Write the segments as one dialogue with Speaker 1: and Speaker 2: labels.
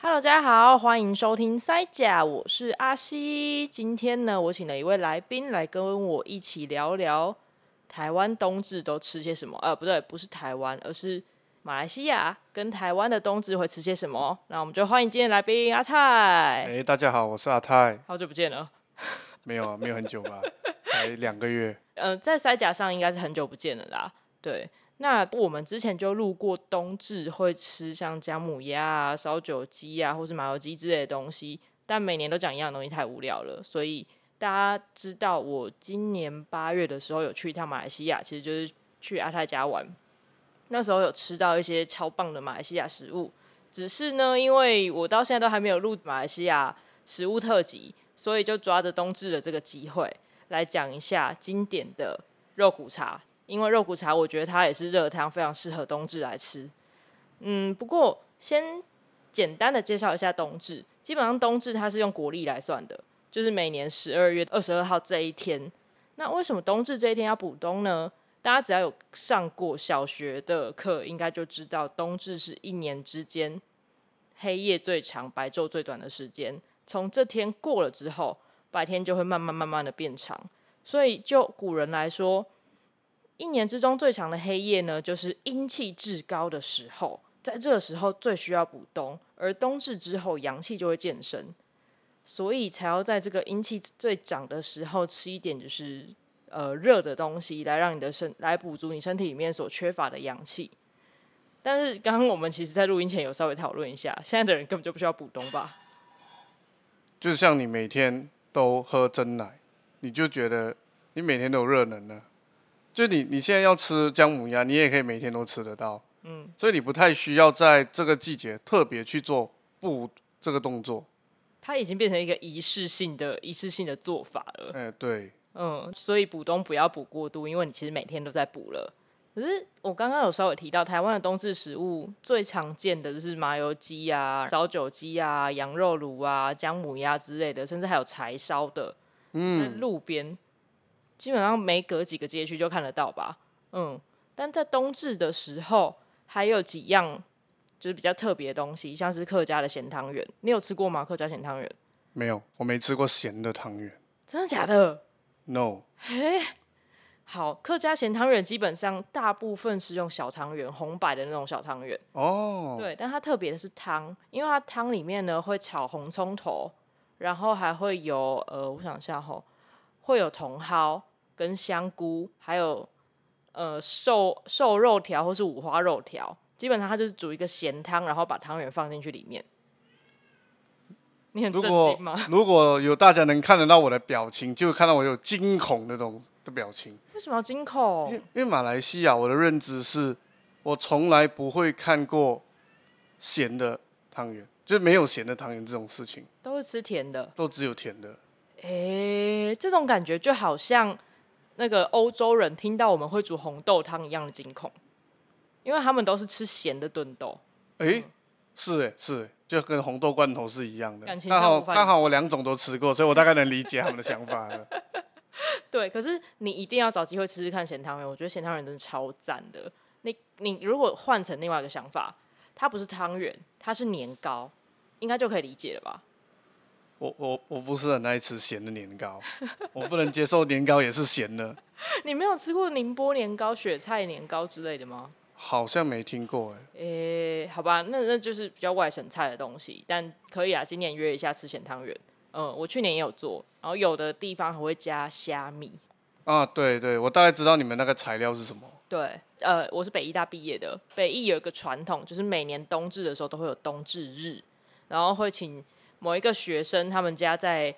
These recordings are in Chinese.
Speaker 1: Hello，大家好，欢迎收听塞甲，我是阿西。今天呢，我请了一位来宾来跟我一起聊聊台湾冬至都吃些什么。呃，不对，不是台湾，而是马来西亚跟台湾的冬至会吃些什么。那我们就欢迎今天来宾阿泰，
Speaker 2: 哎、大家好，我是阿泰。
Speaker 1: 好久不见了。
Speaker 2: 没有啊， 没有很久吧，才两个月。
Speaker 1: 呃，在塞甲上应该是很久不见了啦。对，那我们之前就录过冬至会吃像姜母鸭啊、烧酒鸡啊，或是麻油鸡之类的东西，但每年都讲一样的东西太无聊了，所以大家知道我今年八月的时候有去一趟马来西亚，其实就是去阿泰家玩，那时候有吃到一些超棒的马来西亚食物，只是呢，因为我到现在都还没有录马来西亚食物特辑，所以就抓着冬至的这个机会。来讲一下经典的肉骨茶，因为肉骨茶我觉得它也是热汤，非常适合冬至来吃。嗯，不过先简单的介绍一下冬至，基本上冬至它是用国历来算的，就是每年十二月二十二号这一天。那为什么冬至这一天要补冬呢？大家只要有上过小学的课，应该就知道冬至是一年之间黑夜最长、白昼最短的时间。从这天过了之后，白天就会慢慢慢慢的变长。所以就古人来说，一年之中最长的黑夜呢，就是阴气至高的时候，在这个时候最需要补冬，而冬至之后阳气就会渐升，所以才要在这个阴气最长的时候吃一点就是呃热的东西，来让你的身来补足你身体里面所缺乏的阳气。但是刚刚我们其实，在录音前有稍微讨论一下，现在的人根本就不需要补冬吧？
Speaker 2: 就是像你每天都喝真奶，你就觉得你每天都有热能了。就你你现在要吃姜母鸭，你也可以每天都吃得到。嗯，所以你不太需要在这个季节特别去做不这个 动作。
Speaker 1: 它已经变成一个仪式性的仪式性的做法了。
Speaker 2: 哎、对，
Speaker 1: 嗯，所以补冬不要补过度，因为你其实每天都在补了。可是我刚刚有稍微提到，台湾的冬至食物最常见的就是麻油鸡啊、烧酒鸡啊、羊肉炉啊、姜母鸭之类的，甚至还有柴烧的，在
Speaker 2: 嗯，
Speaker 1: 路边，基本上没隔几个街区就看得到吧。嗯，但在冬至的时候，还有几样就是比较特别的东西，像是客家的咸汤圆，你有吃过吗？客家咸汤圆，
Speaker 2: 没有，我没吃过咸的汤圆。
Speaker 1: 真的假的？
Speaker 2: No，
Speaker 1: 好，客家咸汤圆基本上大部分是用小汤圆，红白的那种小汤圆。
Speaker 2: 哦，
Speaker 1: 对，但它特别的是汤，因为它汤里面呢会炒红葱头，然后还会有呃，我想一下吼，会有茼蒿跟香菇，还有呃瘦瘦肉条或是五花肉条，基本上它就是煮一个咸汤，然后把汤圆放进去里面。你很
Speaker 2: 如
Speaker 1: 震
Speaker 2: 果
Speaker 1: 惊吗？
Speaker 2: 如果有大家能看得到我的表情，就看到我有惊恐那种的表情。
Speaker 1: 为什么要惊恐
Speaker 2: 因为？因为马来西亚，我的认知是，我从来不会看过咸的汤圆，就是没有咸的汤圆这种事情，
Speaker 1: 都会吃甜的。
Speaker 2: 都只有甜的。
Speaker 1: 诶，这种感觉就好像那个欧洲人听到我们会煮红豆汤一样的惊恐，因为他们都是吃咸的炖豆。嗯
Speaker 2: 诶，是诶，是诶，就跟红豆罐头是一样的
Speaker 1: 感。情上
Speaker 2: 刚好
Speaker 1: 无法理
Speaker 2: 刚好我两种都吃过，所以我大概能理解他们的想法了。
Speaker 1: 对，可是你一定要找机会吃吃看咸汤圆，我觉得咸汤圆真的超赞的。你你如果换成另外一个想法，它不是汤圆，它是年糕，应该就可以理解了吧？
Speaker 2: 我我我不是很爱吃咸的年糕，我不能接受年糕也是咸的，
Speaker 1: 你没有吃过宁波年糕、雪菜年糕之类的吗？
Speaker 2: 好像没听过诶。
Speaker 1: 诶、好吧，那那就是比较外省菜的东西，但可以啊，今年约一下吃咸汤圆。嗯，我去年也有做，然后有的地方还会加虾米。
Speaker 2: 啊，对对，我大概知道你们那个材料是什么。
Speaker 1: 对，呃，我是北医大毕业的，北医有一个传统，就是每年冬至的时候都会有冬至日，然后会请某一个学生，他们家在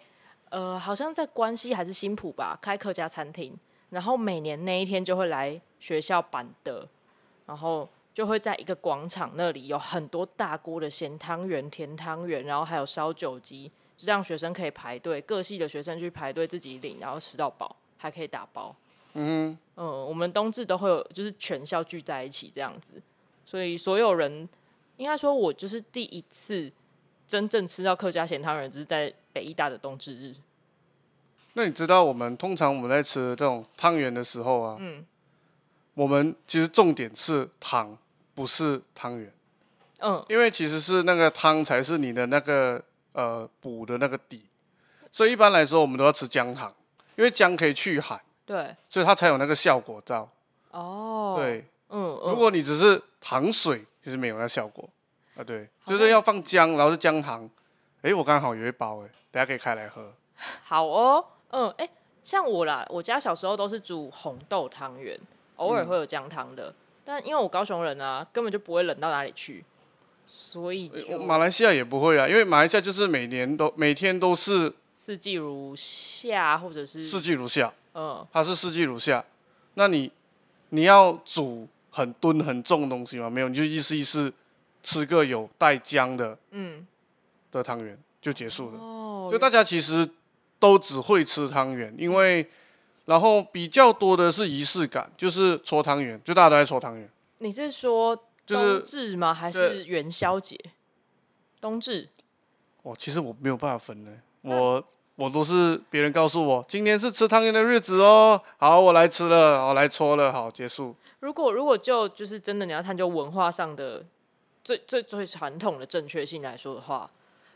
Speaker 1: 呃，好像在关西还是新浦吧，开客家餐厅，然后每年那一天就会来学校板的，然后就会在一个广场那里有很多大锅的咸汤圆、甜汤圆，然后还有烧酒鸡，就让学生可以排队，各系的学生去排队自己领，然后吃到饱，还可以打包。嗯，我们冬至都会有，就是全校聚在一起这样子，所以所有人应该说，我就是第一次真正吃到客家咸汤圆，就是在北医大的冬至日。
Speaker 2: 那你知道我们通常我们在吃这种汤圆的时候啊，
Speaker 1: 嗯
Speaker 2: 我们其实重点是糖，不是汤圆。
Speaker 1: 嗯，
Speaker 2: 因为其实是那个汤才是你的那个呃补的那个底，所以一般来说我们都要吃姜糖，因为姜可以去寒，
Speaker 1: 对，
Speaker 2: 所以它才有那个效果到。
Speaker 1: 哦，，
Speaker 2: 对，
Speaker 1: 嗯
Speaker 2: 如
Speaker 1: 嗯，
Speaker 2: 果你只是糖水，其实没有那效果啊。对，
Speaker 1: 好
Speaker 2: 就
Speaker 1: 像
Speaker 2: 是要放姜，然后是姜糖。诶，我刚好有一包诶，等下可以开来喝。
Speaker 1: 好哦，嗯，哎、像我啦，我家小时候都是煮红豆汤圆，偶
Speaker 2: 嗯
Speaker 1: 尔会有姜汤的，但因为我高雄人啊，根本就不会冷到哪里去，所以
Speaker 2: 诶
Speaker 1: 就
Speaker 2: 呃马来西亚也不会啊，因为马来西亚就是每年都每天都是
Speaker 1: 四季如夏，或者是
Speaker 2: 四季如夏，
Speaker 1: 嗯，
Speaker 2: 它是四季如夏。那你你要煮很吨很重的东西吗？没有，你就意思意思吃个有带姜的，嗯，的汤圆就结束了。
Speaker 1: 哦
Speaker 2: 就，大家其实都只会吃汤圆，因为然后比较多的是仪式感，就是搓汤圆，就大家都在搓汤圆。
Speaker 1: 你是说
Speaker 2: 就是
Speaker 1: 冬至吗？还是
Speaker 2: 对
Speaker 1: 元宵节？冬至
Speaker 2: 哦，其实我没有办法分呢，我我都是别人告诉我今天是吃汤圆的日子哦，好，我来吃了，好来搓了，好结束。
Speaker 1: 如果如果就就是真的你要探究文化上的最最最传统的正确性来说的话，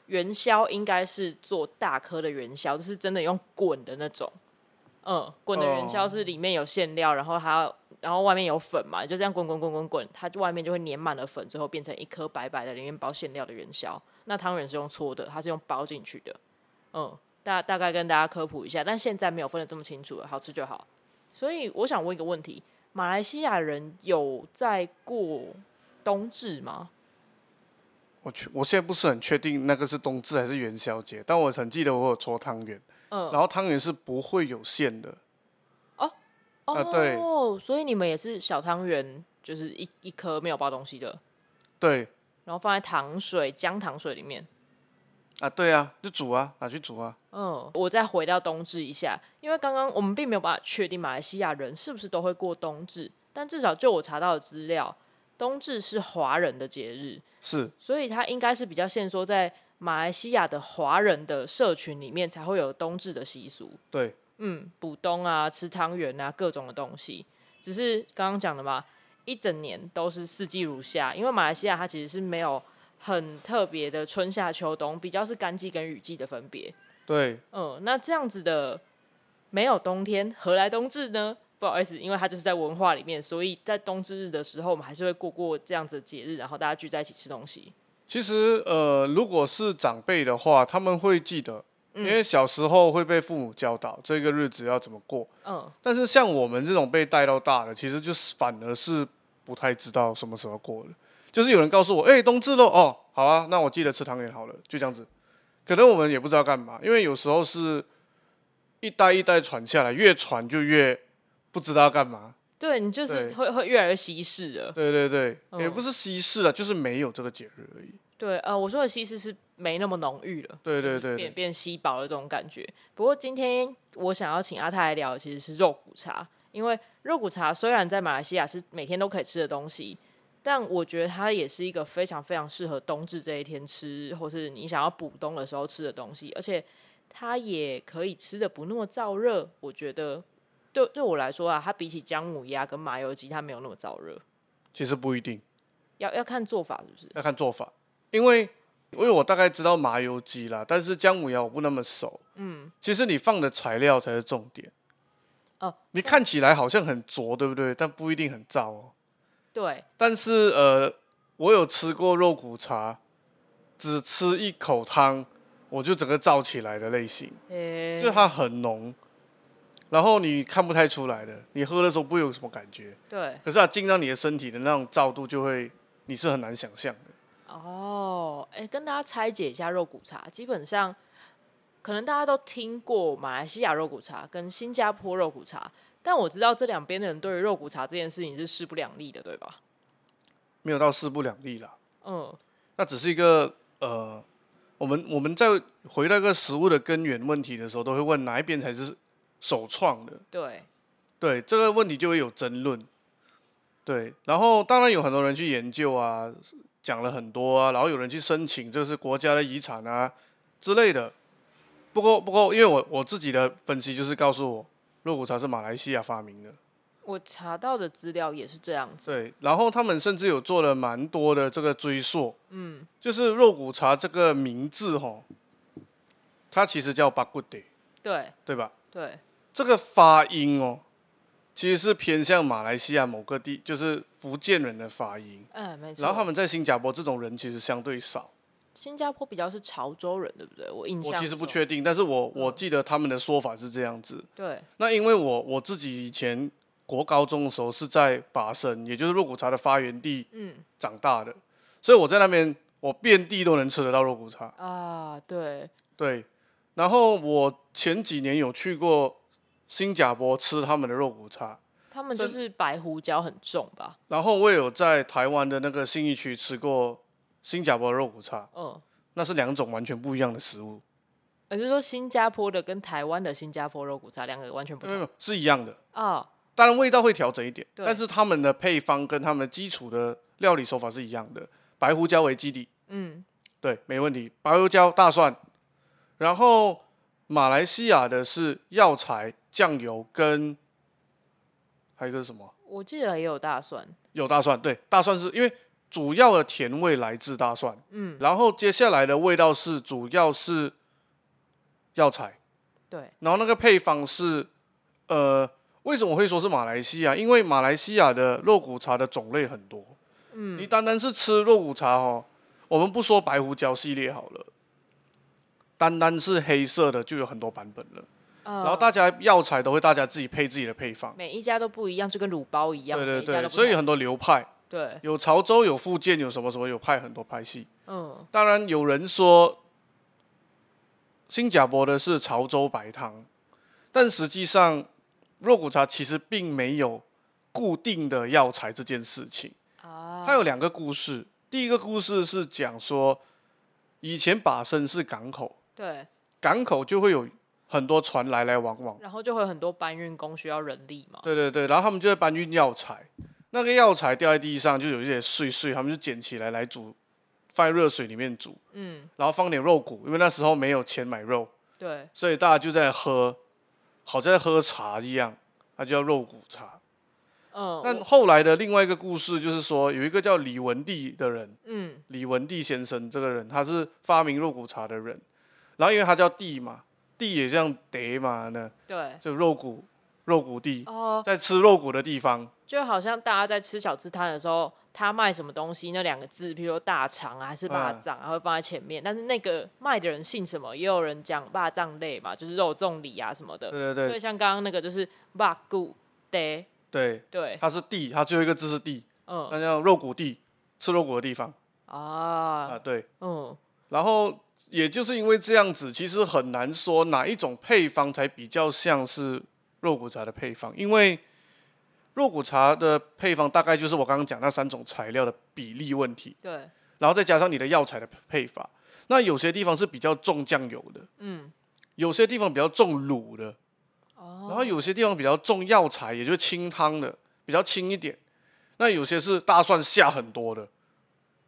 Speaker 1: 元宵应该是做大颗的元宵，就是真的用滚的那种。嗯，滚的元宵
Speaker 2: 哦
Speaker 1: 是里面有馅料，然后它然后外面有粉嘛，就这样滚滚滚滚滚，它就外面就会粘满了粉，最后变成一颗白白的，里面包馅料的元宵。那汤圆是用搓的，它是用包进去的。嗯，大大概跟大家科普一下，但现在没有分得这么清楚了，好吃就好。所以我想问一个问题：马来西亚人有在过冬至吗？
Speaker 2: 我去，我现在不是很确定那个是冬至还是元宵节，但我很记得我有搓汤圆，
Speaker 1: 嗯
Speaker 2: 然后汤圆是不会有馅的，
Speaker 1: 哦、
Speaker 2: 啊对
Speaker 1: 所以你们也是小汤圆，就是一一颗没有包东西的，
Speaker 2: 对
Speaker 1: 然后放在糖水、姜糖水里面。
Speaker 2: 啊，对啊，就煮啊，拿去煮啊，
Speaker 1: 嗯，我再回到冬至一下，因为刚刚我们并没有办法确定马来西亚人是不是都会过冬至，但至少就我查到的资料，冬至是华人的节日，
Speaker 2: 是
Speaker 1: 所以它应该是比较限缩在马来西亚的华人的社群里面才会有冬至的习俗。
Speaker 2: 对。
Speaker 1: 嗯，补冬啊，吃汤圆啊，各种的东西。只是刚刚讲的嘛，一整年都是四季如夏，因为马来西亚它其实是没有很特别的春夏秋冬，比较是干季跟雨季的分别。
Speaker 2: 对，
Speaker 1: 嗯，那这样子的没有冬天，何来冬至呢？不好意思，因为它就是在文化里面，所以在冬至日的时候，我们还是会过过这样子的节日，然后大家聚在一起吃东西。
Speaker 2: 其实呃，如果是长辈的话，他们会记得，因为小时候会被父母教导这个日子要怎么过。
Speaker 1: 嗯，
Speaker 2: 但是像我们这种被带到大的，其实就是反而是不太知道什么时候过了。就是有人告诉我，哎、冬至喽，哦，好啊，那我记得吃汤圆好了，就这样子。可能我们也不知道干嘛，因为有时候是一代一代传下来，越传就越不知道干嘛。
Speaker 1: 对你就是
Speaker 2: 对
Speaker 1: 会会越来越稀释了。
Speaker 2: 对对对，
Speaker 1: 嗯
Speaker 2: 也不是稀释了，就是没有这个节日而已。
Speaker 1: 对，呃，我说的稀释是没那么浓郁了，
Speaker 2: 对
Speaker 1: 就
Speaker 2: 对
Speaker 1: 是
Speaker 2: 对
Speaker 1: 变
Speaker 2: 对，
Speaker 1: 变稀薄的这种感觉。不过今天我想要请阿泰来聊，的其实是肉骨茶，因为肉骨茶虽然在马来西亚是每天都可以吃的东西，但我觉得它也是一个非常非常适合冬至这一天吃，或是你想要补冬的时候吃的东西，而且它也可以吃的不那么燥热。我觉得对对我来说啊，它比起姜母鸭跟麻油鸡，它没有那么燥热，
Speaker 2: 其实不一定。
Speaker 1: 要要看做法是不是？
Speaker 2: 要看做法，因为因为我大概知道麻油鸡啦，但是姜母鸭我不那么熟。嗯，其实你放的材料才是重点。
Speaker 1: 哦，
Speaker 2: 你看起来好像很浊，对不对？但不一定很燥哦。
Speaker 1: 对，
Speaker 2: 但是呃，我有吃过肉骨茶，只吃一口汤，我就整个燥起来的类型，
Speaker 1: 诶、
Speaker 2: 就它很浓，然后你看不太出来的，你喝的时候不会有什么感觉，
Speaker 1: 对。
Speaker 2: 可是它进到你的身体的那种燥度就会，你是很难想象的。
Speaker 1: 哦，哎、跟大家拆解一下肉骨茶，基本上可能大家都听过马来西亚肉骨茶跟新加坡肉骨茶，但我知道这两边的人对于肉骨茶这件事情是势不两立的，对吧？
Speaker 2: 没有到势不两立啦，
Speaker 1: 嗯，
Speaker 2: 那只是一个呃，我们我们在回到一个食物的根源问题的时候，都会问哪一边才是首创的。
Speaker 1: 对，
Speaker 2: 对这个问题就会有争论。对，然后当然有很多人去研究啊，讲了很多啊，然后有人去申请这是国家的遗产啊之类的。不过不过，因为我我自己的分析就是告诉我，肉骨茶是马来西亚发明的，
Speaker 1: 我查到的资料也是这样子。
Speaker 2: 对，然后他们甚至有做了蛮多的这个追溯，嗯，就是肉骨茶这个名字哈，它其实叫巴古德，
Speaker 1: 对
Speaker 2: 对吧？
Speaker 1: 对，
Speaker 2: 这个发音哦，其实是偏向马来西亚某个地，就是福建人的发音。
Speaker 1: 嗯，没错。
Speaker 2: 然后他们在新加坡这种人其实相对少，
Speaker 1: 新加坡比较是潮州人，对不对？我印象
Speaker 2: 我其实不
Speaker 1: 中
Speaker 2: 确定，但是我我记得他们的说法是这样子。
Speaker 1: 对，
Speaker 2: 那因为我我自己以前国高中的时候是在拔生，也就是肉骨茶的发源地
Speaker 1: 嗯
Speaker 2: 长大的，所以我在那边我遍地都能吃得到肉骨茶。
Speaker 1: 啊，对，
Speaker 2: 对，然后我前几年有去过新加坡吃他们的肉骨茶，
Speaker 1: 他们就是白胡椒很重吧？
Speaker 2: 然后我也有在台湾的那个信义区吃过新加坡肉骨茶，
Speaker 1: 嗯，
Speaker 2: 那是两种完全不一样的食物，
Speaker 1: 也就是说新加坡的跟台湾的新加坡肉骨茶两个完全不
Speaker 2: 没有
Speaker 1: 同
Speaker 2: 没有是一样的，
Speaker 1: 啊。
Speaker 2: 当然味道会调整一点，
Speaker 1: 对
Speaker 2: 但是他们的配方跟他们的基础的料理手法是一样的，白胡椒为基底，
Speaker 1: 嗯，
Speaker 2: 对，没问题，白胡椒、大蒜，然后马来西亚的是药材、酱油跟还有一个是什么？
Speaker 1: 我记得也有大蒜，
Speaker 2: 有大蒜，对，大蒜是因为主要的甜味来自大蒜，
Speaker 1: 嗯，
Speaker 2: 然后接下来的味道是主要是药材，
Speaker 1: 对，
Speaker 2: 然后那个配方是，呃，为什么会说是马来西亚？因为马来西亚的肉骨茶的种类很多，嗯，你单单是吃肉骨茶哦，我们不说白胡椒系列好了，单单是黑色的就有很多版本了，
Speaker 1: 呃
Speaker 2: 然后大家药材都会大家自己配自己的配方，
Speaker 1: 每一家都不一样，就跟卤包一样，
Speaker 2: 哦对对
Speaker 1: 每一家
Speaker 2: 对，
Speaker 1: 都不
Speaker 2: 所以
Speaker 1: 同
Speaker 2: 很多流派。
Speaker 1: 对，
Speaker 2: 有潮州，有福建，有什么什么，有派很多派系。
Speaker 1: 嗯，
Speaker 2: 当然有人说新加坡的是潮州白汤，但实际上肉骨茶其实并没有固定的药材这件事情。
Speaker 1: 啊，
Speaker 2: 它有两个故事，第一个故事是讲说以前把生是港口，
Speaker 1: 对，
Speaker 2: 港口就会有很多船来来往往。
Speaker 1: 然后就会有很多搬运工需要人力嘛，
Speaker 2: 对对对，然后他们就会搬运药材，那个药材掉在地上就有一些碎碎，他们就捡起来来煮，放在热水里面煮，
Speaker 1: 嗯，
Speaker 2: 然后放点肉骨，因为那时候没有钱买肉，
Speaker 1: 对，
Speaker 2: 所以大家就在喝，好像在喝茶一样，它叫肉骨茶。
Speaker 1: 嗯，
Speaker 2: 但
Speaker 1: 我
Speaker 2: 后来的另外一个故事就是说，有一个叫李文帝的人，
Speaker 1: 嗯，
Speaker 2: 李文帝先生这个人，他是发明肉骨茶的人，然后因为他叫帝嘛，帝也像德嘛呢，
Speaker 1: 对，
Speaker 2: 就肉骨肉骨帝，
Speaker 1: 哦、
Speaker 2: 在吃肉骨的地方。
Speaker 1: 就好像大家在吃小吃摊的时候，他卖什么东西，那两个字，譬如说大肠啊，还是
Speaker 2: 嗯
Speaker 1: 霸藏啊，会放在前面。但是那个卖的人姓什么，也有人讲霸藏类嘛，就是肉粽里啊什么的。
Speaker 2: 对对
Speaker 1: 所以
Speaker 2: 对
Speaker 1: 像刚刚那个就是霸骨得，
Speaker 2: 对，
Speaker 1: 对，
Speaker 2: 它是地，它最后一个字是地，
Speaker 1: 嗯
Speaker 2: 那叫肉骨地，吃肉骨的地方啊，
Speaker 1: 啊，
Speaker 2: 对。
Speaker 1: 嗯，
Speaker 2: 然后也就是因为这样子，其实很难说哪一种配方才比较像是肉骨茶的配方，因为肉骨茶的配方大概就是我刚刚讲那三种材料的比例问题，
Speaker 1: 对，
Speaker 2: 然后再加上你的药材的配法。那有些地方是比较重酱油的，
Speaker 1: 嗯，
Speaker 2: 有些地方比较重卤的，
Speaker 1: 哦，
Speaker 2: 然后有些地方比较重药材，也就是清汤的，比较轻一点。那有些是大蒜下很多的，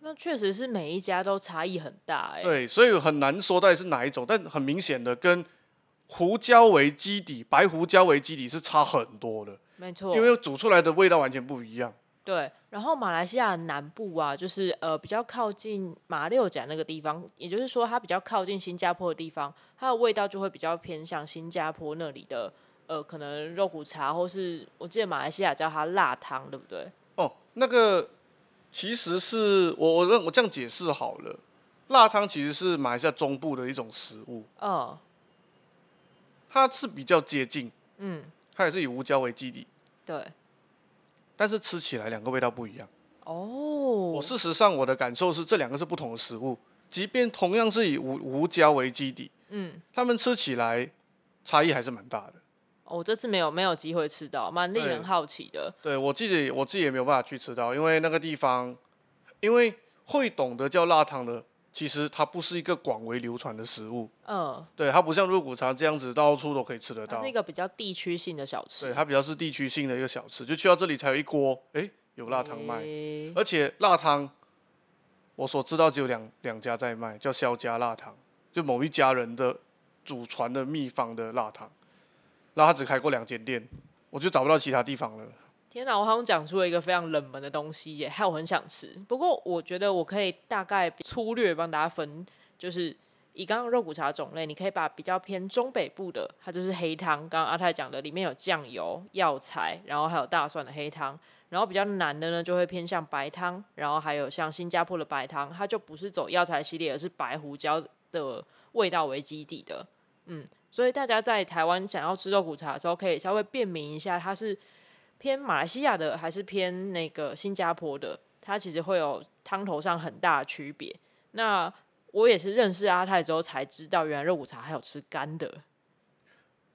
Speaker 1: 那确实是每一家都差异很大哎、
Speaker 2: 对，所以很难说到底是哪一种，但很明显的跟胡椒为基底、白胡椒为基底是差很多的，
Speaker 1: 没错，
Speaker 2: 因为煮出来的味道完全不一样。
Speaker 1: 对，然后马来西亚南部啊，就是呃比较靠近马六甲那个地方，也就是说它比较靠近新加坡的地方，它的味道就会比较偏向新加坡那里的呃可能肉骨茶，或是我记得马来西亚叫它辣汤，对不对？
Speaker 2: 哦，那个其实是我我认我这样解释好了，辣汤其实是马来西亚中部的一种食物，
Speaker 1: 嗯
Speaker 2: 它是比较接近，
Speaker 1: 嗯，
Speaker 2: 它也是以胡椒为基底，
Speaker 1: 对，
Speaker 2: 但是吃起来两个味道不一样。
Speaker 1: 哦
Speaker 2: 我，事实上我的感受是，这两个是不同的食物，即便同样是以胡胡椒为基底，
Speaker 1: 嗯，
Speaker 2: 它们吃起来差异还是蛮大的。
Speaker 1: 哦我、这次没有没有机会吃到，蛮令人
Speaker 2: 对
Speaker 1: 好奇的。
Speaker 2: 对我自己，我自己也没有办法去吃到，因为那个地方，因为会懂得叫辣汤的，其实它不是一个广为流传的食物，
Speaker 1: 嗯，
Speaker 2: 对，它不像肉骨茶这样子到处都可以吃得
Speaker 1: 它
Speaker 2: 到
Speaker 1: 是一，个比较地区性的小吃。
Speaker 2: 对，它比较是地区性的一个小吃，就去到这里才有一锅，诶，有辣汤卖，
Speaker 1: 诶
Speaker 2: 而且辣汤，我所知道只有两两家在卖，叫肖家辣汤，就某一家人的祖传的秘方的辣汤，然后他只开过两间店，我就找不到其他地方了。
Speaker 1: 天哪，我好像讲出了一个非常冷门的东西耶，害我很想吃。不过我觉得我可以大概粗略帮大家分，就是以刚刚肉骨茶种类，你可以把比较偏中北部的，它就是黑汤，刚刚阿泰讲的，里面有酱油、药材，然后还有大蒜的黑汤。然后比较难的呢，就会偏向白汤，然后还有像新加坡的白汤，它就不是走药材系列，而是白胡椒的味道为基底的。嗯，所以大家在台湾想要吃肉骨茶的时候，可以稍微辨明一下，它是偏马来西亚的还是偏那个新加坡的，它其实会有汤头上很大的区别。那我也是认识阿泰之后才知道，原来肉骨茶还有吃干的。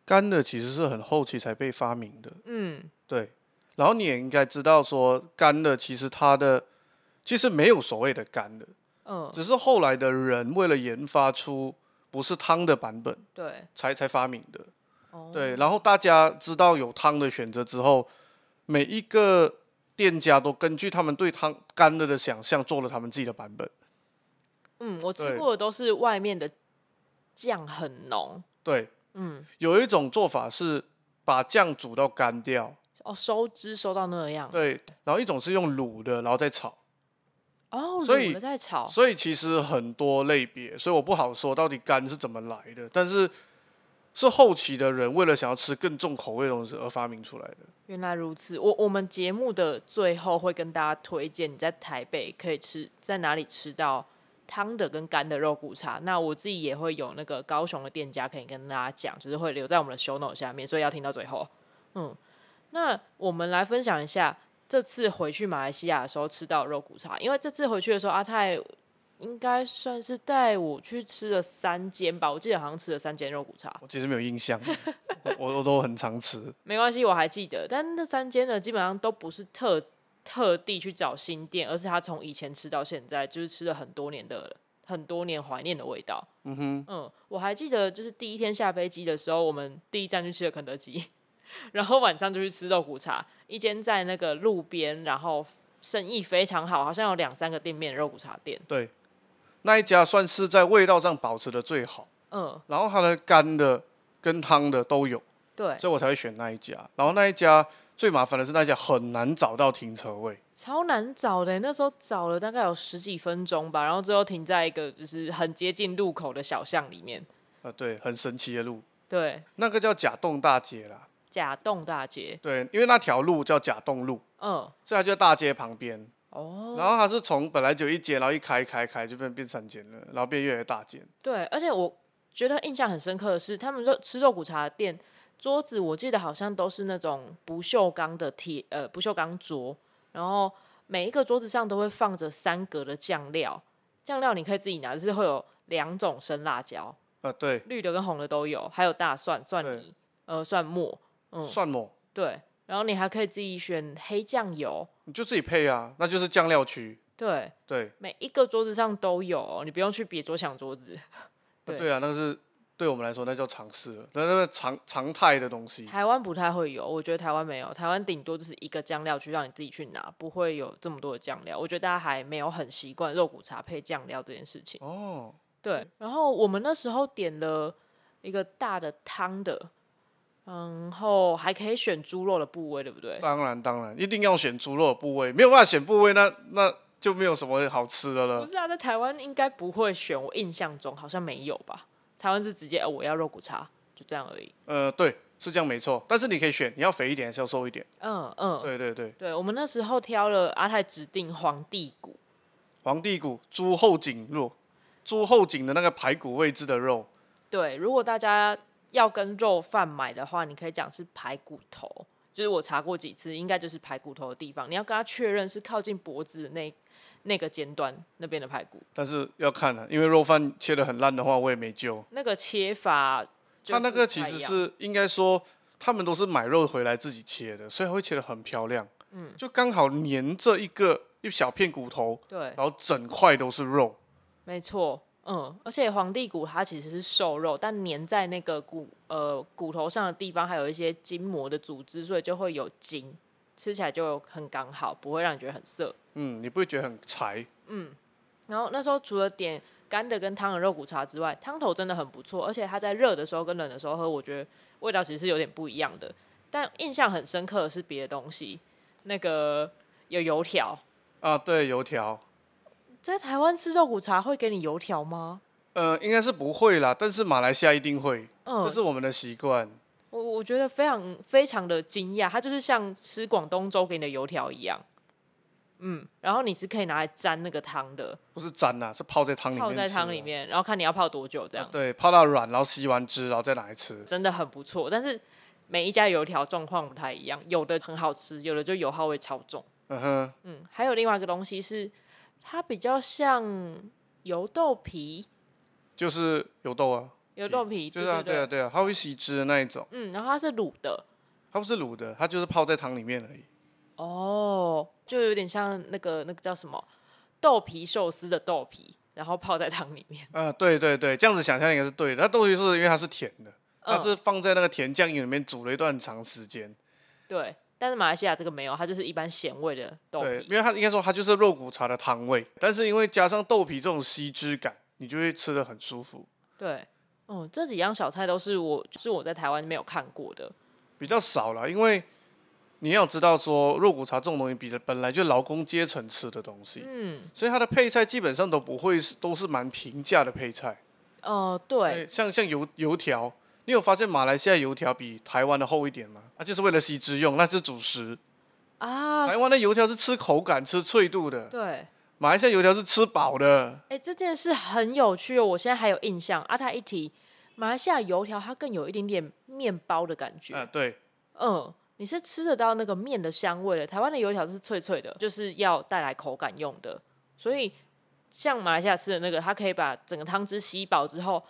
Speaker 2: 干的其实是很后期才被发明的，
Speaker 1: 嗯，
Speaker 2: 对。然后你也应该知道说，干的其实它的其实没有所谓的干的，
Speaker 1: 嗯，
Speaker 2: 只是后来的人为了研发出不是汤的版本，
Speaker 1: 对，
Speaker 2: 才才发明的。
Speaker 1: 哦，
Speaker 2: 对，然后大家知道有汤的选择之后，每一个店家都根据他们对汤干了的想象做了他们自己的版本。
Speaker 1: 嗯，我吃
Speaker 2: 对
Speaker 1: 过的都是外面的酱很浓，
Speaker 2: 对，
Speaker 1: 嗯，
Speaker 2: 有一种做法是把酱煮到干掉，
Speaker 1: 哦，收汁收到那样，
Speaker 2: 对，然后一种是用卤的，然后再炒。
Speaker 1: 哦，
Speaker 2: 所
Speaker 1: 卤
Speaker 2: 以
Speaker 1: 了再炒，
Speaker 2: 所以其实很多类别，所以我不好说到底干是怎么来的，但是是后期的人为了想要吃更重口味的东西而发明出来的。
Speaker 1: 原来如此。我我们节目的最后会跟大家推荐你在台北可以吃在哪里吃到汤的跟干的肉骨茶。那我自己也会有那个高雄的店家可以跟大家讲，就是会留在我们的 show note 下面，所以要听到最后。嗯，那我们来分享一下这次回去马来西亚的时候吃到的肉骨茶，因为这次回去的时候阿泰。应该算是带我去吃了三间吧，我记得好像吃了三间肉骨茶。
Speaker 2: 我其实没有印象，我我我都很常吃。
Speaker 1: 没关系，我还记得。但那三间呢，基本上都不是特特地去找新店，而是他从以前吃到现在，就是吃了很多年的很多年怀念的味道。
Speaker 2: 嗯哼。
Speaker 1: 嗯，我还记得，就是第一天下飞机的时候，我们第一站去吃了肯德基， 然后晚上就去吃肉骨茶，一间在那个路边，然后生意非常好，好像有两三个店面的肉骨茶店。
Speaker 2: 对，那一家算是在味道上保持的最好，
Speaker 1: 嗯，
Speaker 2: 然后它的干的跟汤的都有，
Speaker 1: 对，
Speaker 2: 所以我才会选那一家。然后那一家最麻烦的是那一家很难找到停车位，
Speaker 1: 超难找的，欸那时候找了大概有十几分钟吧，然后最后停在一个就是很接近路口的小巷里面。
Speaker 2: 啊、对，很神奇的路，
Speaker 1: 对，
Speaker 2: 那个叫甲洞大街啦，
Speaker 1: 甲洞大街，
Speaker 2: 对，因为那条路叫甲洞路，
Speaker 1: 嗯，
Speaker 2: 所以它就在大街旁边。
Speaker 1: 哦，
Speaker 2: 然后它是从本来只有一街，然后一开开开就变变三间了，然后变越来越大间。
Speaker 1: 对，而且我觉得印象很深刻的是，他们肉吃肉骨茶的店桌子，我记得好像都是那种不锈钢的铁呃不锈钢桌，然后每一个桌子上都会放着三格的酱料，酱料你可以自己拿，就是会有两种生辣椒，
Speaker 2: 啊，对，
Speaker 1: 绿的跟红的都有，还有大蒜、蒜
Speaker 2: 对
Speaker 1: 泥、呃蒜末，嗯，
Speaker 2: 蒜末
Speaker 1: 对，然后你还可以自己选黑酱油，
Speaker 2: 你就自己配啊，那就是酱料区。
Speaker 1: 对，
Speaker 2: 对，
Speaker 1: 每一个桌子上都有哦，你不用去别桌抢桌子。
Speaker 2: 啊
Speaker 1: 对
Speaker 2: 对啊，那个是对我们来说那叫常识了，那那个常常态的东西。
Speaker 1: 台湾不太会有，我觉得台湾没有，台湾顶多就是一个酱料去让你自己去拿，不会有这么多的酱料。我觉得大家还没有很习惯肉骨茶配酱料这件事情。
Speaker 2: 哦，
Speaker 1: 对，然后我们那时候点了一个大的汤的，然后还可以选猪肉的部位，对不对？
Speaker 2: 当然当然，一定要选猪肉的部位，没有办法选部位，那那就没有什么好吃的
Speaker 1: 不
Speaker 2: 了。
Speaker 1: 是啊，在台湾应该不会选，我印象中好像没有吧？台湾是直接、哦、我要肉骨茶，就这样而已。
Speaker 2: 呃，对，是这样没错，但是你可以选，你要肥一点还是要瘦一点？
Speaker 1: 嗯嗯，
Speaker 2: 对对对，
Speaker 1: 对，我们那时候挑了阿泰指定皇帝骨，
Speaker 2: 皇帝骨、猪后颈肉、猪后颈的那个排骨位置的肉，
Speaker 1: 对，如果大家要跟肉贩买的话，你可以讲是排骨头，就是我查过几次，应该就是排骨头的地方。你要跟他确认是靠近脖子的那那个尖端那边的排骨，
Speaker 2: 但是要看啊了、因为肉饭切的很烂的话，我也没救。
Speaker 1: 那个切法就
Speaker 2: 它
Speaker 1: 是
Speaker 2: 啊那个其
Speaker 1: 不太
Speaker 2: 实
Speaker 1: 一样
Speaker 2: 是应该说，他们都是买肉回来自己切的，所以会切的很漂亮。嗯，就刚好粘着一个一小片骨头，
Speaker 1: 对，
Speaker 2: 然后整块都是肉。
Speaker 1: 没错。嗯，而且皇帝骨它其实是瘦肉，但粘在那个骨呃骨头上的地方还有一些筋膜的组织，所以就会有筋，吃起来就很刚好，不会让你觉得很涩。
Speaker 2: 嗯，你不会觉得很柴？
Speaker 1: 然后那时候除了点干的跟汤的肉骨茶之外，汤头真的很不错，而且它在热的时候跟冷的时候喝，我觉得味道其实是有点不一样的。但印象很深刻的是别的东西，那个有油条。
Speaker 2: 啊，对，油条，
Speaker 1: 在台湾吃肉骨茶会给你油条吗？
Speaker 2: 呃，应该是不会啦，但是马来西亚一定会，
Speaker 1: 嗯
Speaker 2: 这，是我们的习惯。
Speaker 1: 我我觉得非常非常的惊讶，它就是像吃广东粥给你的油条一样，嗯，然后你是可以拿来沾那个汤的，
Speaker 2: 不是沾呐、是泡在汤里面、
Speaker 1: 泡在汤里。面，然后看你要泡多久这样，
Speaker 2: 对，泡到软，然后吸完汁，然后再拿来吃。
Speaker 1: 真的很不错。但是每一家油条状况不太一样，有的很好吃，有的就油耗味超重。
Speaker 2: 嗯哼，
Speaker 1: 嗯，还有另外一个东西是，它比较像油豆皮，
Speaker 2: 就是油豆啊，
Speaker 1: 油豆皮，
Speaker 2: 就是啊，
Speaker 1: 对
Speaker 2: 对啊，对啊，它会吸汁的那一种，
Speaker 1: 嗯，然后它是卤的，
Speaker 2: 它不是卤的，它就是泡在汤里面而已。
Speaker 1: 哦，就有点像那个那个叫什么豆皮寿司的豆皮，然后泡在汤里面。
Speaker 2: 啊，对对对，这样子想象应该是对的。它豆皮是因为它是甜的，它
Speaker 1: 嗯
Speaker 2: 是放在那个甜酱油里面煮了一段长时间。
Speaker 1: 对， 但是马来西亚这个没有，它就是一般咸味的豆
Speaker 2: 对，
Speaker 1: 皮。
Speaker 2: 因为它应该说它就是肉骨茶的汤味，但是因为加上豆皮这种吸汁感，你就会吃的很舒服。
Speaker 1: 对，嗯，这几样小菜都是我是我在台湾没有看过的。
Speaker 2: 比较少了，因为你要知道说肉骨茶这种东西，比的本来就劳工阶层吃的东西，
Speaker 1: 嗯，
Speaker 2: 所以它的配菜基本上都不会是都是蛮平价的配菜。
Speaker 1: 哦、对，
Speaker 2: 对，像像油油条，你有发现马来西亚油条比台湾的厚一点吗？啊，就是为了吸汁用，那是主食。
Speaker 1: 啊，
Speaker 2: 台湾的油条是吃口感、吃脆度的，
Speaker 1: 对。
Speaker 2: 马来西亚油条是吃饱的。
Speaker 1: 哎、这件事很有趣哦，我现在还有印象。阿、啊、泰一提，马来西亚油条它更有一点点面包的感觉。
Speaker 2: 啊，对，
Speaker 1: 嗯，你是吃得到那个面的香味的。台湾的油条是脆脆的，就是要带来口感用的。所以像马来西亚吃的那个，它可以把整个汤汁吸饱之后，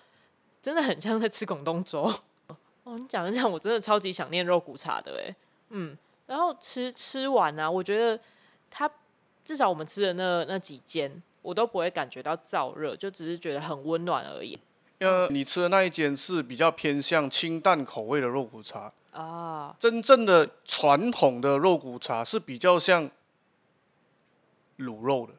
Speaker 1: 真的很像在吃广东粥。 哦，你讲的这样，我真的超级想念肉骨茶的哎。嗯，然后吃吃完啊，我觉得它至少我们吃的那那几间，我都不会感觉到燥热，就只是觉得很温暖而已
Speaker 2: 呃，你吃的那一间是比较偏向清淡口味的肉骨茶，
Speaker 1: 啊。
Speaker 2: 真正的传统的肉骨茶是比较像卤肉的，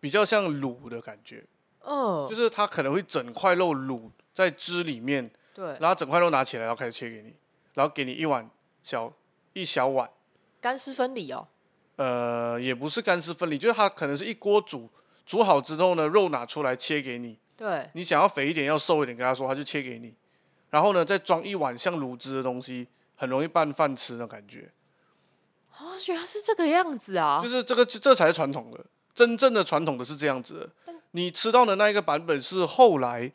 Speaker 2: 比较像卤的感觉，
Speaker 1: 嗯
Speaker 2: 就，是它可能会整块肉卤在汁里面，
Speaker 1: 对，
Speaker 2: 然后整块肉拿起来，然后开始切给你，然后给你一碗小一小碗，
Speaker 1: 干湿分离哦。
Speaker 2: 呃，也不是干湿分离，就是它可能是一锅煮，煮好之后呢，肉拿出来切给你，
Speaker 1: 对，
Speaker 2: 你想要肥一点，要瘦一点，跟他说，他就切给你，然后呢，再装一碗像卤汁的东西，很容易拌饭吃的感觉。
Speaker 1: 哦，原来是这个样子啊
Speaker 2: 就！是这个这才是传统的，真正的传统的是这样子的。你吃到的那一个版本是后来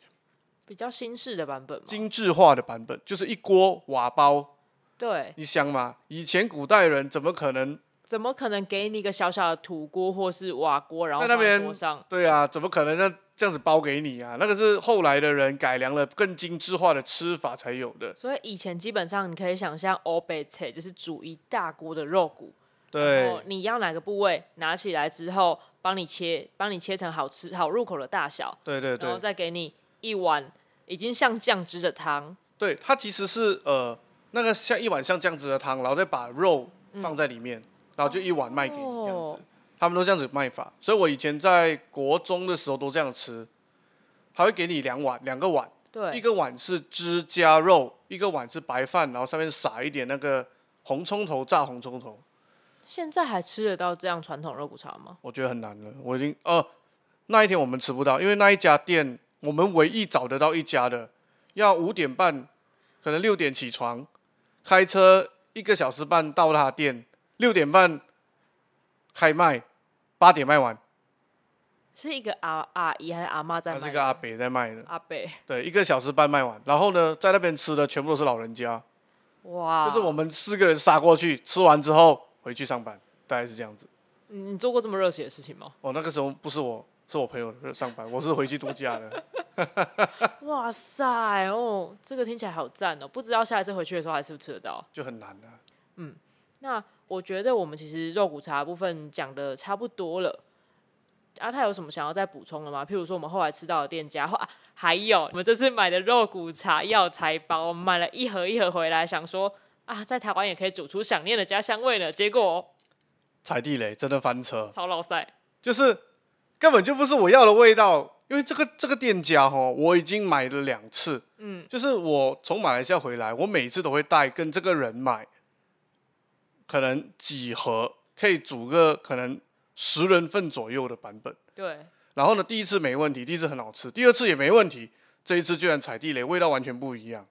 Speaker 1: 比较新式的版本嘛。
Speaker 2: 精致化的版本，就是一锅瓦煲，
Speaker 1: 对，
Speaker 2: 你想嘛，以前古代人怎么可能？
Speaker 1: 怎么可能给你一个小小的土锅或是瓦锅，然后
Speaker 2: 在那
Speaker 1: 放在
Speaker 2: 边
Speaker 1: 桌上？
Speaker 2: 对啊，怎么可能那这样子包给你啊？那个是后来的人改良了更精致化的吃法才有的。
Speaker 1: 所以以前基本上你可以想象欧贝菜就是煮一大锅的肉骨，然后
Speaker 2: 对，
Speaker 1: 你要哪个部位拿起来之后，帮你切，帮你切成好吃好入口的大小，
Speaker 2: 对对
Speaker 1: 然后
Speaker 2: 对，
Speaker 1: 再给你一碗已经像酱汁的汤。
Speaker 2: 对，它其实是呃那个像一碗像这样子的汤，然后再把肉放在里面，然后就一碗卖给你这样
Speaker 1: 嗯哦
Speaker 2: 子。他们都这样子卖法，所以我以前在国中的时候都这样吃，还会给你两碗，两个碗，一
Speaker 1: 对，
Speaker 2: 个碗是汁加肉，一个碗是白饭，然后上面撒一点那个红葱头炸红葱头，
Speaker 1: 现在还吃得到这样传统肉骨茶吗？
Speaker 2: 我觉得很难了，我已经呃那一天我们吃不到，因为那一家店我们唯一找得到一家的，要五点半，可能六点起床，开车一个小时半到他店，六点半开卖，八点卖完，
Speaker 1: 是一个阿阿姨还是阿妈在
Speaker 2: 他
Speaker 1: 卖的？
Speaker 2: 是一个阿北在卖的，
Speaker 1: 阿伯，
Speaker 2: 对，一个小时半卖完，然后呢，在那边吃的全部都是老人家，
Speaker 1: 哇！
Speaker 2: 就是我们四个人杀过去，吃完之后回去上班，大概是这样子。
Speaker 1: 你你做过这么热血的事情吗？
Speaker 2: 哦，那个时候不是我，是我朋友上班，我是回去度假的。
Speaker 1: 哇塞哦，这个听起来好赞哦！不知道下一次回去的时候还吃不吃得到？
Speaker 2: 就很难啊了、
Speaker 1: 那我觉得我们其实肉骨茶的部分讲的差不多了。阿、泰有什么想要再补充的吗？譬如说我们后来吃到的店家，或、啊、还有我们这次买的肉骨茶药材包，我们买了一盒一盒回来，想说啊，在台湾也可以煮出想念的家乡味呢。结果
Speaker 2: 踩地雷，真的翻车，
Speaker 1: 超老塞，
Speaker 2: 就是根本就不是我要的味道。因为这个这个店家哈、我已经买了两次，
Speaker 1: 嗯，
Speaker 2: 就是我从马来西亚回来，我每次都会带跟这个人买，可能几盒可以煮个可能十人份左右的版本。
Speaker 1: 对，
Speaker 2: 然后呢，第一次没问题，第一次很好吃，第二次也没问题，这一次居然踩地雷，味道完全不一样。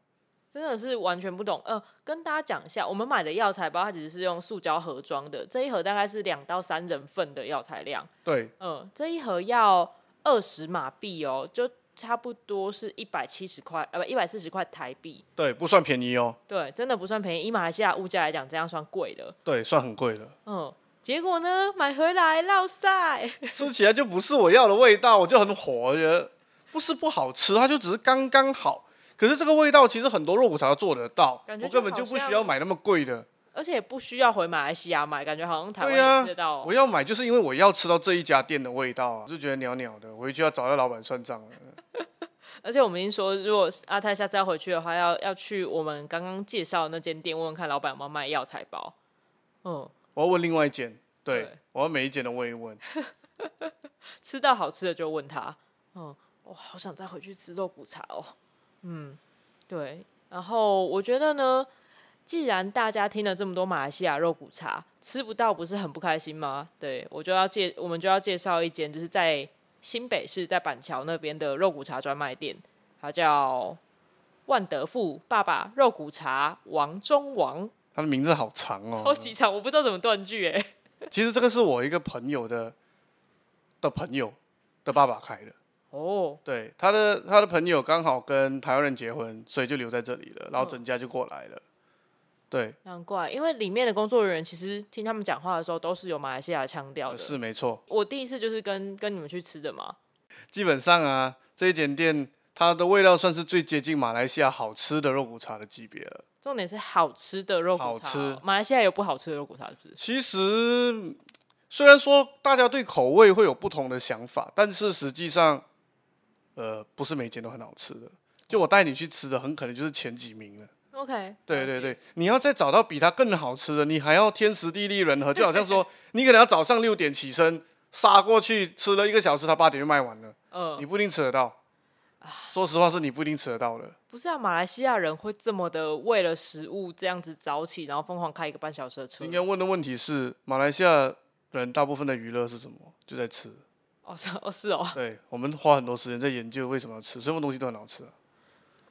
Speaker 1: 真的是完全不懂。呃，跟大家讲一下，我们买的药材包它只是用塑胶盒装的，这一盒大概是两到三人份的药材量。
Speaker 2: 对，
Speaker 1: 嗯，这一盒要二十马币哦，就差不多是一百七十块，呃，不，一百四十块台币。
Speaker 2: 对，不算便宜哦，
Speaker 1: 对，真的不算便宜，以马来西亚物价来讲，这样算贵了。
Speaker 2: 对，算很贵了。
Speaker 1: 嗯，结果呢，买回来落晒，
Speaker 2: 吃起来就不是我要的味道，我就很火，我觉得不是不好吃，它就只是刚刚好。可是这个味道其实很多肉骨茶做得到，
Speaker 1: 感觉
Speaker 2: 我
Speaker 1: 就
Speaker 2: 根本
Speaker 1: 好
Speaker 2: 就不
Speaker 1: 像
Speaker 2: 需要买那么贵的。
Speaker 1: 而且也不需要回马来西亚买，感觉好像台湾
Speaker 2: 对啊
Speaker 1: 也吃得到、
Speaker 2: 我要买就是因为我要吃到这一家店的味道啊，我就觉得袅袅的，我回去要找到老板算账了。
Speaker 1: 而且我们已经说，如果是阿泰下次要回去的话，要要去我们刚刚介绍的那间店问问看老板有没有卖药材包。嗯，
Speaker 2: 我要问另外一间，对，
Speaker 1: 对
Speaker 2: 我要每一间都问一问。
Speaker 1: 吃到好吃的就问他。嗯，我好想再回去吃肉骨茶哦。嗯，对。然后我觉得呢，既然大家听了这么多马来西亚肉骨茶，吃不到不是很不开心吗？对我就要介，我们就要介绍一间，就是在新北市在板桥那边的肉骨茶专卖店，它叫万德富爸爸肉骨茶王中王，
Speaker 2: 他的名字好长哦，
Speaker 1: 超级长，我不知道怎么断句哎、
Speaker 2: 其实这个是我一个朋友的的朋友的爸爸开的，
Speaker 1: 哦，
Speaker 2: 对，他的他的朋友刚好跟台湾人结婚，所以就留在这里了，然后
Speaker 1: 嗯
Speaker 2: 整家就过来了。对，
Speaker 1: 难怪，因为里面的工作人员其实听他们讲话的时候都是有马来西亚腔调的。
Speaker 2: 呃是没错。
Speaker 1: 我第一次就是跟跟你们去吃的嘛，
Speaker 2: 基本上啊，这一间店它的味道算是最接近马来西亚好吃的肉骨茶的级别了。
Speaker 1: 重点是好吃的肉骨茶哦。
Speaker 2: 好吃
Speaker 1: 马来西亚有不好吃的肉骨茶是不是？
Speaker 2: 其实虽然说大家对口味会有不同的想法，但是实际上，呃，不是每间都很好吃的。就我带你去吃的，很可能就是前几名了。
Speaker 1: OK，
Speaker 2: 对对
Speaker 1: 了解，
Speaker 2: 对，你要再找到比它更好吃的，你还要天时地利 人和，就好像说你可能要早上六点起身杀过去吃了一个小时，它八点就卖完了，
Speaker 1: 嗯、啊
Speaker 2: 你不一定吃得到。说实话，是你不一定吃得到的。
Speaker 1: 不是啊，马来西亚人会这么的为了食物这样子早起，然后疯狂开一个半小时的车
Speaker 2: 应。该问的问题是，马来西亚人大部分的娱乐是什么？就在吃。
Speaker 1: 哦是哦是哦
Speaker 2: 对我们花很多时间在研究为什么要吃，什么东西都很好吃 啊。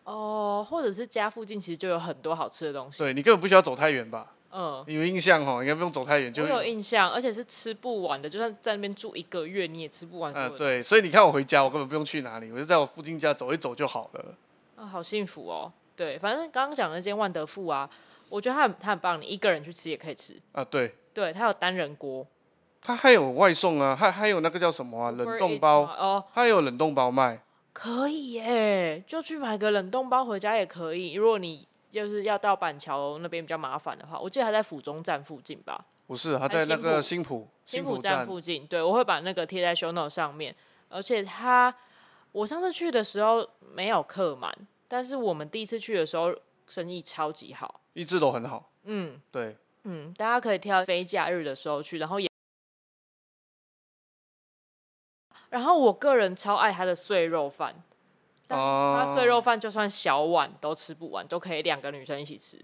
Speaker 1: 哦，或者是家附近其实就有很多好吃的东西。
Speaker 2: 对你根本不需要走太远吧？
Speaker 1: 嗯，
Speaker 2: 你有印象哦，应该不用走太远
Speaker 1: 我
Speaker 2: 就
Speaker 1: 有印象，而且是吃不完的，就算在那边住一个月，你也吃不完所有
Speaker 2: 嗯、
Speaker 1: 的
Speaker 2: 对，所以你看我回家，我根本不用去哪里，我就在我附近家走一走就好了。
Speaker 1: 啊，好幸福哦！对，反正刚刚讲的那间万德富啊，我觉得它很它很棒，你一个人去吃也可以吃。
Speaker 2: 啊，对，
Speaker 1: 对，它有单人锅、
Speaker 2: 它还有外送啊，还还有那个叫什么啊，冷
Speaker 1: Uber
Speaker 2: 冻
Speaker 1: Eats
Speaker 2: 包，
Speaker 1: 嘛哦，
Speaker 2: 它有冷冻包卖。
Speaker 1: 可以耶，就去买个冷冻包回家也可以。如果你就是要到板桥那边比较麻烦的话，我记得它在府中站附近吧，
Speaker 2: 不是，它
Speaker 1: 在
Speaker 2: 在那
Speaker 1: 新浦
Speaker 2: 个新浦
Speaker 1: 新
Speaker 2: 浦
Speaker 1: 浦站附近。对，我会把那个贴在 show note 上面，而且它我上次去的时候没有客满，但是我们第一次去的时候生意超级好。
Speaker 2: 一直都很好。
Speaker 1: 嗯，
Speaker 2: 对，
Speaker 1: 嗯，大家可以挑非假日的时候去，然后也，然后我个人超爱它的碎肉饭，但它
Speaker 2: 啊
Speaker 1: 碎肉饭就算小碗都吃不完，都可以两个女生一起吃，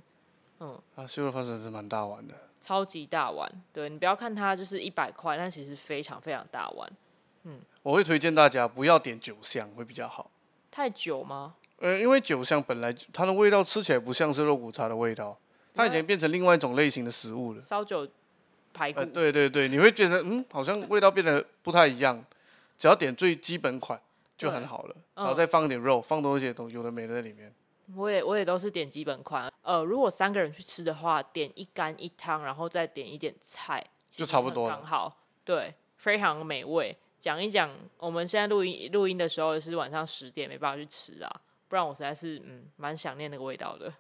Speaker 2: 啊，修肉饭真的是蛮大碗的。
Speaker 1: 超级大碗。对你不要看它就是一百块，但其实非常非常大碗。
Speaker 2: 我会推荐大家不要点酒香会比较好。
Speaker 1: 太久吗？
Speaker 2: 呃，因为酒香本来就它的味道吃起来不像是肉骨茶的味道，它已经变成另外一种类型的食物了。
Speaker 1: 烧酒排骨、
Speaker 2: 呃，对对对，你会觉得嗯，好像味道变得不太一样。只要点最基本款就很
Speaker 1: 对
Speaker 2: 好了，
Speaker 1: 嗯
Speaker 2: 然后再放一点肉，放多一些东有的没的在里面。
Speaker 1: 我也我也都是点基本款。呃，如果三个人去吃的话，点一干一汤，然后再点一点菜，其
Speaker 2: 就
Speaker 1: 实
Speaker 2: 差不
Speaker 1: 很
Speaker 2: 多了
Speaker 1: 刚好。对，非常美味。讲一讲，我们现在录音录音的时候是晚上十点，没办法去吃啊，不然我实在是嗯蛮想念那个味道的。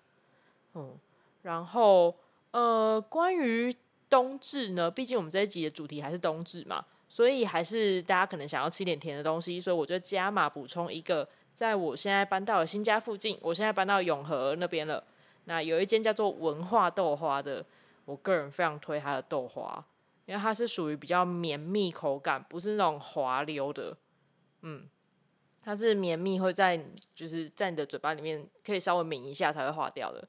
Speaker 1: 嗯，然后呃，关于冬至呢，毕竟我们这一集的主题还是冬至嘛，所以还是大家可能想要吃一点甜的东西，所以我就加码补充一个，在我现在搬到了新家附近，我现在搬到永和那边了。那有一间叫做文化豆花的，我个人非常推它的豆花，因为它是属于比较绵密口感，不是那种滑溜的，嗯，它是绵密会在就是在你的嘴巴里面可以稍微抿一下才会化掉的。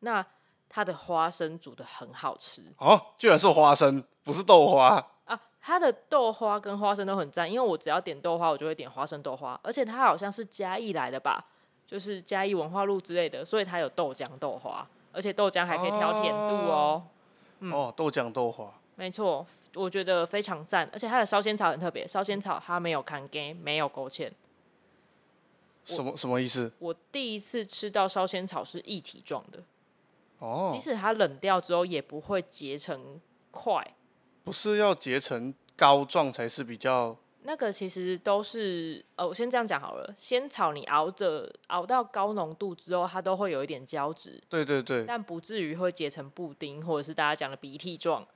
Speaker 1: 那它的花生煮的很好吃
Speaker 2: 哦，居然是花生，不是豆花。
Speaker 1: 啊。它的豆花跟花生都很赞，因为我只要点豆花，我就会点花生豆花，而且它好像是嘉义来的吧，就是嘉义文化路之类的，所以它有豆浆豆花，而且豆浆还可以调甜度哦。
Speaker 2: 哦，豆浆豆花，
Speaker 1: 没错，我觉得非常赞，而且它的烧仙草很特别，烧仙草它没有砍干，没有勾芡。
Speaker 2: 什么什么意思？
Speaker 1: 我第一次吃到烧仙草是一体状的，
Speaker 2: 哦
Speaker 1: 即，使它冷掉之后也不会结成块，
Speaker 2: 不是要结成膏状才是比较
Speaker 1: 那个其实都是呃，我先这样讲好了。仙草你熬着熬到高浓度之后，它都会有一点胶质，
Speaker 2: 对对对，
Speaker 1: 但不至于会结成布丁或者是大家讲的鼻涕状。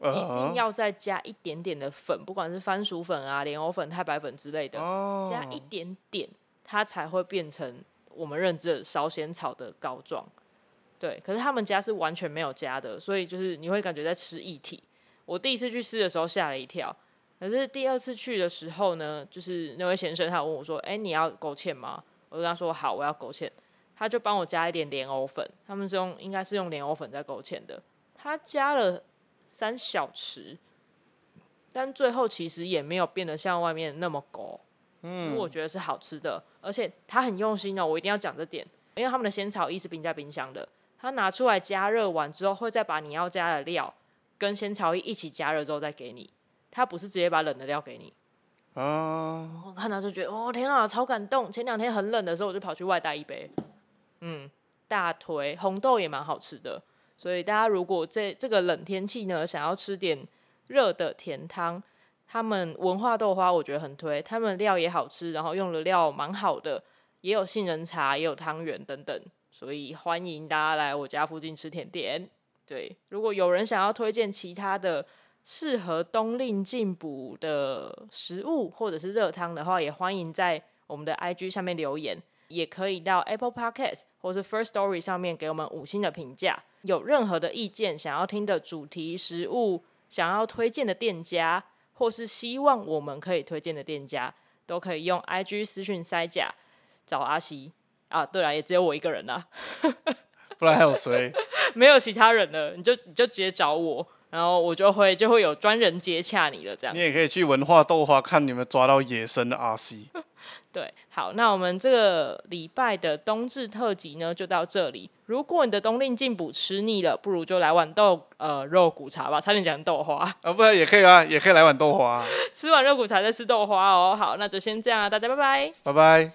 Speaker 1: 一定
Speaker 2: 呃，
Speaker 1: 要再加一点点的粉，不管是番薯粉啊、莲藕粉、太白粉之类的，
Speaker 2: 哦，
Speaker 1: 加一点点，它才会变成我们认知的烧仙草的膏状。对，可是他们家是完全没有加的，所以就是你会感觉在吃液体。我第一次去吃的时候吓了一跳，可是第二次去的时候呢，就是那位先生他有问我说：“哎、你要勾芡吗？”我就跟他说：“好，我要勾芡。”他就帮我加一点莲藕粉，他们是用应该是用莲藕粉在勾芡的。他加了三小匙，但最后其实也没有变得像外面那么勾。因为我觉得是好吃的，而且他很用心哦，我一定要讲这点，因为他们的仙草液是冰在冰箱的，他拿出来加热完之后，会再把你要加的料跟仙草液一起加热之后再给你，他不是直接把冷的料给你。
Speaker 2: 啊，
Speaker 1: 我看到就觉得，哦天啊，超感动！前两天很冷的时候，我就跑去外带一杯，嗯，大腿红豆也蛮好吃的，所以大家如果这这个冷天气呢，想要吃点热的甜汤，他们文化豆花我觉得很推，他们料也好吃，然后用的料蛮好的，也有杏仁茶，也有汤圆等等，所以欢迎大家来我家附近吃甜点。对，如果有人想要推荐其他的适合冬令进补的食物或者是热汤的话，也欢迎在我们的 IG 上面留言，也可以到 Apple Podcast 或是 First Story 上面给我们五星的评价。有任何的意见，想要听的主题、食物，想要推荐的店家，或是希望我们可以推荐的店家，都可以用 IG 私讯塞甲找阿西啊。对了，也只有我一个人啦、
Speaker 2: 不然还有谁？
Speaker 1: 没有其他人了，你就你就直接找我，然后我就会就会有专人接洽你了，这样
Speaker 2: 你。也可以去文化豆花看你们抓到野生的阿西。
Speaker 1: 对，好，那我们这个礼拜的冬至特辑呢，就到这里。如果你的冬令进补吃腻了，不如就来碗豆呃肉骨茶吧，差点讲豆花。
Speaker 2: 啊，不然也可以啊，也可以来碗豆花啊、
Speaker 1: 吃完肉骨茶再吃豆花哦。好，那就先这样啊，大家拜拜。
Speaker 2: 拜拜。